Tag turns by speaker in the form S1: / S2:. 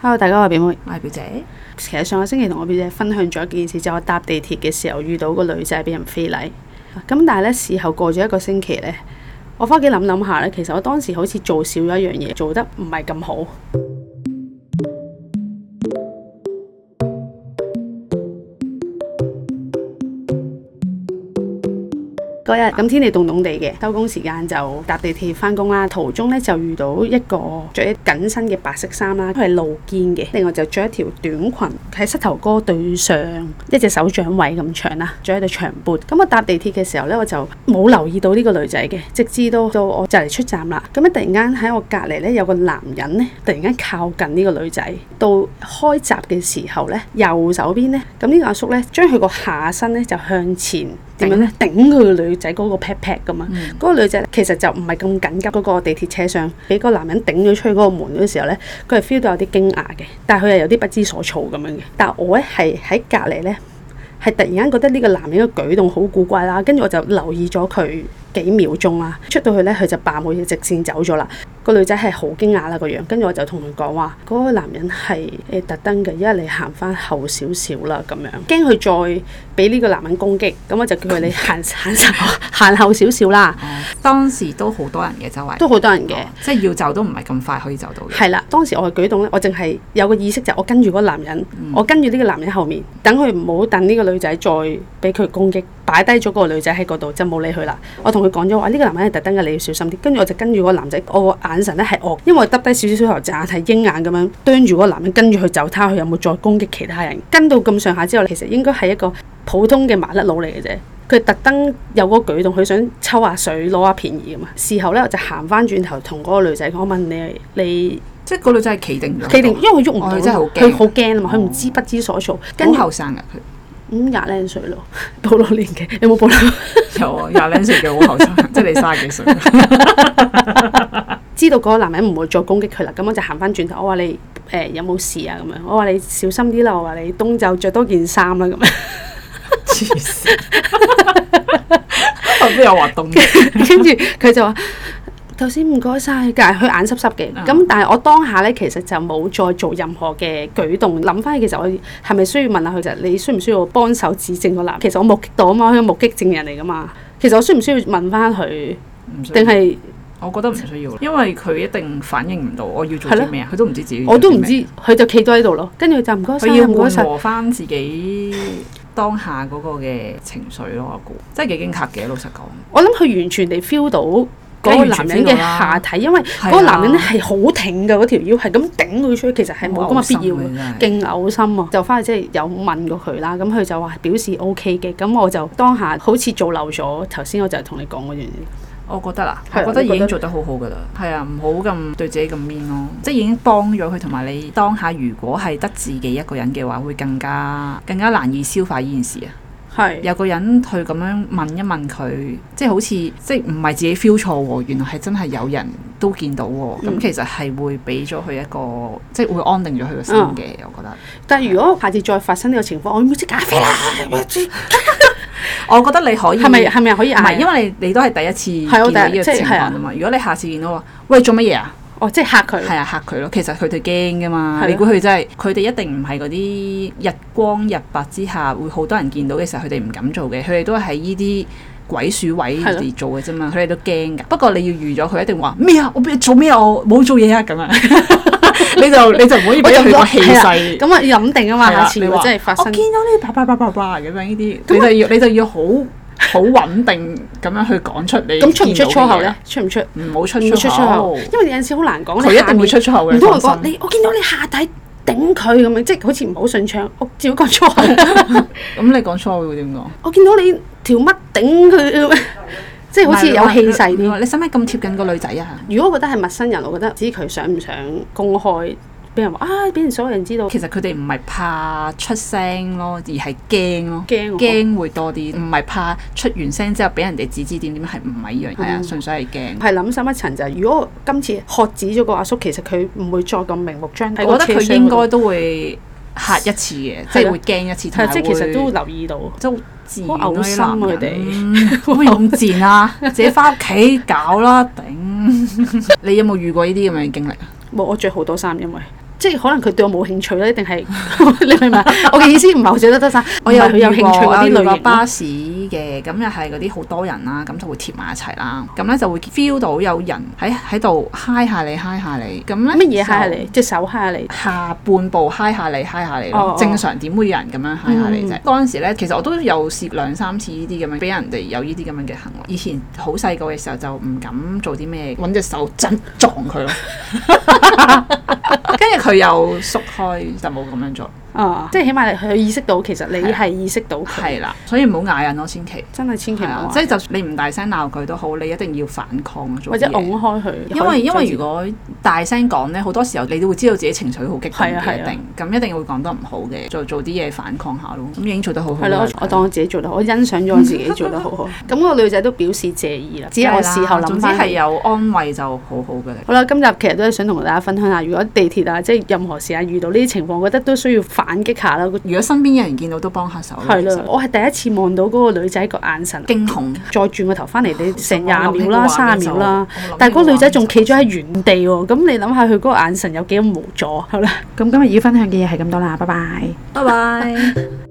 S1: Hello，大家好，我係表妹。
S2: 我係表姐，
S1: 其實上個星期同我表姐分享咗一件事，就係我搭地鐵嘅時候遇到個女仔俾人非禮。咁但係咧，事後過咗一個星期咧，我翻屋企諗諗下咧，其實我當時好似做少咗一樣嘢，做得唔係咁好。嗰日咁天氣凍凍地嘅，收工時間就搭地鐵翻工啦。途中咧就遇到一個着一緊身嘅白色衫啦，佢係露肩嘅。另外就着一條短裙，喺膝頭哥對上一隻手掌位咁長啦，着一對長 boot。咁我搭地鐵嘅時候咧，我就冇留意到呢個女仔嘅，直至到到我就嚟出站啦。咁咧啊突然間喺我隔離咧有個男人咧，突然間靠近呢個女仔。到開閘嘅時候咧，右手邊咧，咁呢個阿叔咧將佢個下身咧就向前點樣咧？頂佢個女仔嗰個 pat pat 啊噶嘛。嗰、個女仔其實就唔係咁緊急，嗰、個地鐵車上俾個男人頂咗出去嗰個門嗰時候咧，佢係 feel 到有啲驚訝嘅，但係佢係有啲不知所措咁樣嘅。但我咧係喺隔離咧。係突然間覺得呢個男人嘅舉動好古怪啦，跟住我就留意咗佢幾秒鐘啦。出到去咧，佢就扮冇嘢，直線走咗啦。個女仔係好驚訝啦個樣，跟住我就同佢講話：嗰、個男人係誒特登嘅，因為你行翻後少少啦，咁樣驚佢再俾呢個男人攻擊，咁我就叫佢你行行後行後少少啦。
S2: 當時都好多人嘅周圍，
S1: 都好多人嘅，
S2: 即係要走都唔係咁快可以走到嘅。
S1: 係啦，當時我嘅舉動咧，我淨係有個意識就係我跟住嗰個男人，我跟住呢個男人後面，等佢唔好等呢個女仔再俾佢攻擊，擺低咗個女仔喺嗰度就冇理佢啦。我同佢講咗話，呢、個男人係特登嘅，你要小心啲。跟住我就跟住嗰個男仔，我個眼神咧係惡，因為我耷低少少頭，隻眼係鷹眼咁樣啄住嗰個男人，跟住佢走，睇下佢有冇再攻擊其他人。跟到咁上下之後，其實應該係一個普通嘅麻甩佬嚟嘅啫。佢特登有嗰個舉動，佢想抽下水攞下便宜啊嘛。事後咧，我就行翻轉頭同嗰個女仔講，我問你你
S2: 即係個女仔係企定咗，
S1: 佢哋因為喐唔
S2: 哦
S1: 到，
S2: 佢真係好
S1: 佢
S2: 驚
S1: 好驚啊嘛，佢唔知不知所措，跟
S2: 跟
S1: 住
S2: 後生㗎佢，
S1: 咁廿零歲咯，暴露年紀， 你有冇暴露？
S2: 有啊廿零歲嘅好後生，即係你卅幾歲。
S1: 知道嗰個男人唔會再攻擊佢啦，咁我就行翻轉頭，我話你誒、有冇事啊咁樣，我話你小心啲啦，我話你冬就着多件衫啦咁樣。
S2: 黐線， 我邊有話凍嘅？
S1: 跟住佢就話：頭先唔該晒，但係佢眼濕濕 嘅。
S2: 嗯
S1: 咁、但係我當下咧，其實就冇再做任何嘅舉動。諗翻起其實我係咪需要問下佢就係你需唔需要幫手指證個男？其實我目擊到啊嘛，佢係目擊證人嚟噶嘛。其實我需唔需要問翻佢？
S2: 唔需要
S1: 定係
S2: 我覺得唔需要啦，因為佢一定反應唔到我要做
S1: 係咯
S2: 啲咩啊，佢都唔知自己要
S1: 我都
S2: 做
S1: 唔
S2: 啲咩，
S1: 知，佢就企咗喺度咯。跟住就唔該晒，
S2: 佢要
S1: 唔該
S2: 緩
S1: 晒。
S2: 和翻自己當下嗰個嘅情緒咯。我估真係幾驚嚇嘅，老實講。
S1: 我諗佢完全地 feel 到嗰
S2: 梗係
S1: 個
S2: 完
S1: 男
S2: 全
S1: 人
S2: feel 到
S1: 嘅
S2: 啦
S1: 下體，因為嗰個男人
S2: 啊
S1: 咧係好挺嘅嗰條腰，係咁頂佢出去，其實係冇咁嘅必要嘅。
S2: 嘅。
S1: 勁嘔心啊！就翻去即係有問過佢啦，咁佢就話表示 O K 嘅，咁我就當下好似做漏咗，頭先我就係同你講嗰樣嘢，
S2: 我覺得啦，
S1: 係
S2: 我
S1: 啊
S2: 覺得
S1: 你覺
S2: 已
S1: 得
S2: 經做得好好噶啦。係啊，唔好咁對自己咁 mean 咯，即係已經幫咗佢，同埋你當下如果係得自己一個人嘅話，會更加更加難以消化呢件事啊。
S1: 係
S2: 有個人去咁樣問一問佢，即係好似即係唔係自己 feel 錯喎，原來係真係有人都見到喎。咁、
S1: 嗯
S2: 其實係會俾咗佢一個，即係會安定咗佢個心
S1: 嗯
S2: 嘅。我覺得，
S1: 但係如果下次再發生呢個情況，我要唔要即咖啡啦？
S2: 我覺得你可以
S1: 係咪係咪可以
S2: 唔係，因
S1: 嗌啊？
S2: 為你你都係第一次
S1: 係我
S2: 見到
S1: 第一
S2: 呢個
S1: 即係
S2: 情
S1: 係啊
S2: 況啊嘛。如果你下次見到話，喂做乜嘢啊？
S1: 哦，即係嚇佢，
S2: 係啊，嚇佢咯。其實佢哋驚噶嘛，
S1: 係
S2: 你估佢真係佢哋一定唔係嗰啲日光日白之下會好多人見到嘅時候，佢哋唔敢做嘅。佢哋都係呢啲鬼鼠位
S1: 係咯
S2: 嚟做嘅啫嘛，佢哋都驚㗎。不過你要預咗佢一定話咩啊？我俾做咩啊？我冇做嘢 啊咁啊！你就你就唔可以俾佢個氣勢。
S1: 咁啊要諗定啊嘛，
S2: 係啦
S1: 下次如
S2: 你
S1: 果
S2: 話
S1: 真係發
S2: 我
S1: 生
S2: 見，到你叭叭叭叭叭咁樣呢啲，你就要你就要好好穩定咁樣去講出你
S1: 咁出唔出
S2: 見到嘅
S1: 粗口
S2: 嘢
S1: 咧？？出唔出？
S2: 唔好出
S1: 唔會出
S2: 粗
S1: 粗
S2: 口
S1: 口，，因為有陣時好難講。
S2: 佢
S1: 你
S2: 一
S1: 下
S2: 定會
S1: 面
S2: 出粗口嘅。
S1: 唔通我
S2: 放
S1: 講
S2: 心
S1: 你，我見到你下底頂佢咁樣，即係好似唔好順暢，我照講粗口。
S2: 咁你講粗口會點講？
S1: 我見到你條乜頂佢，即係好似有氣勢啲。
S2: 啲。你使唔使咁貼近個女仔啊？
S1: 如果我覺得係陌生人，我覺得唔知佢想唔想公開俾人話啊，俾人所有人知道
S2: 其實佢哋唔係怕出聲咯，而係驚咯，
S1: 驚喎
S2: 驚會多啲，唔係怕出完聲之後俾人哋指指點點，係唔係依樣？
S1: 嗯
S2: 係啊，純粹係驚。
S1: 係諗深一層就係，如果我今次喝止咗個阿叔，其實佢唔會再咁明目張膽。
S2: 我覺得佢應該都會嚇一次嘅，即係會驚一次，同
S1: 係
S2: 埋
S1: 即係其實都
S2: 會
S1: 留意到，
S2: 即係好自然
S1: 好
S2: 咯
S1: 嘔心啊
S2: 啲男
S1: 佢
S2: 人 好咁賤啊！自己翻屋企 搞啦，頂！你有冇遇過呢啲咁樣嘅經歷啊？
S1: 冇我着好多衫，因為。即係可能佢對我冇興趣咧，定係 你明唔明啊？我嘅意思唔係我捨得得晒，
S2: 我有
S1: 唔係佢有興
S2: 遇過
S1: 趣嗰啲
S2: 我有遇
S1: 類
S2: 過
S1: 型咯
S2: 巴士嘅，咁又係嗰啲好多人啦，咁就會貼埋一齊啦，咁咧就會 feel 到有人喺喺度嗨下你嗨下你，咁咧
S1: 乜嘢嗨下
S2: 就
S1: 你？隻手嗨下你？
S2: 下半部嗨下你嗨下你咯，
S1: 哦哦
S2: 正常點會有人咁樣嗨下你啫
S1: 嗯？
S2: 嗰陣、時咧，其實我都有試兩三次呢啲咁樣，俾人哋有呢啲咁樣嘅行為。以前好細個嘅時候就唔敢做啲咩，揾隻手真撞 佢咯。跟住佢又縮開，就冇咁樣做。
S1: 啊！即係起碼佢意識到，其實你
S2: 係啊
S1: 係意識到佢，
S2: 係啦，所以唔好嗌啊人咯，千祈。
S1: 真係千祈
S2: 係
S1: 唔好，
S2: 啊即
S1: 話，
S2: 係就算你唔大聲鬧佢都好，你一定要反抗啊做
S1: 或者
S2: 啲嘢
S1: 拱開佢。
S2: 因為因為如
S1: 果
S2: 果大聲講咧，好多時候你都會知道自己情緒好激動
S1: 係啊係
S2: 嘅，
S1: 啊
S2: 一定咁一定會講得唔好嘅，做做啲嘢反抗下咯。咁已經做得好好
S1: 係咯，
S2: 啦
S1: 我。我當我自己做得好，我欣賞咗我自己做得好 好。咁個女仔都表示謝意啦，只係我
S2: 係啦啊
S1: 事後諗
S2: 總之
S1: 翻
S2: 係有安慰就好好嘅啦。
S1: 好啦，今集其實都係想同大家分享下，如果地鐵啊，即係任何時間遇到呢啲情況，我覺得都需要反擊下啦。
S2: 如果身邊有人見到都幫下手啦，
S1: 係
S2: 嗯其
S1: 啦，
S2: 實
S1: 我係第一次望到嗰個女仔個眼神，
S2: 驚恐
S1: 再轉個頭翻嚟，你成廿秒
S2: 我
S1: 啦、
S2: 哦諗起個畫
S1: 三
S2: 面
S1: 十
S2: 就
S1: 秒啦。，
S2: 我諗起
S1: 但係嗰個女仔仲
S2: 畫面就
S1: 企咗喺原地喎，咁你諗下佢嗰個眼神有幾咁無助？好啦。
S3: 咁今日要分享嘅嘢係咁多啦，拜拜。
S2: 拜拜。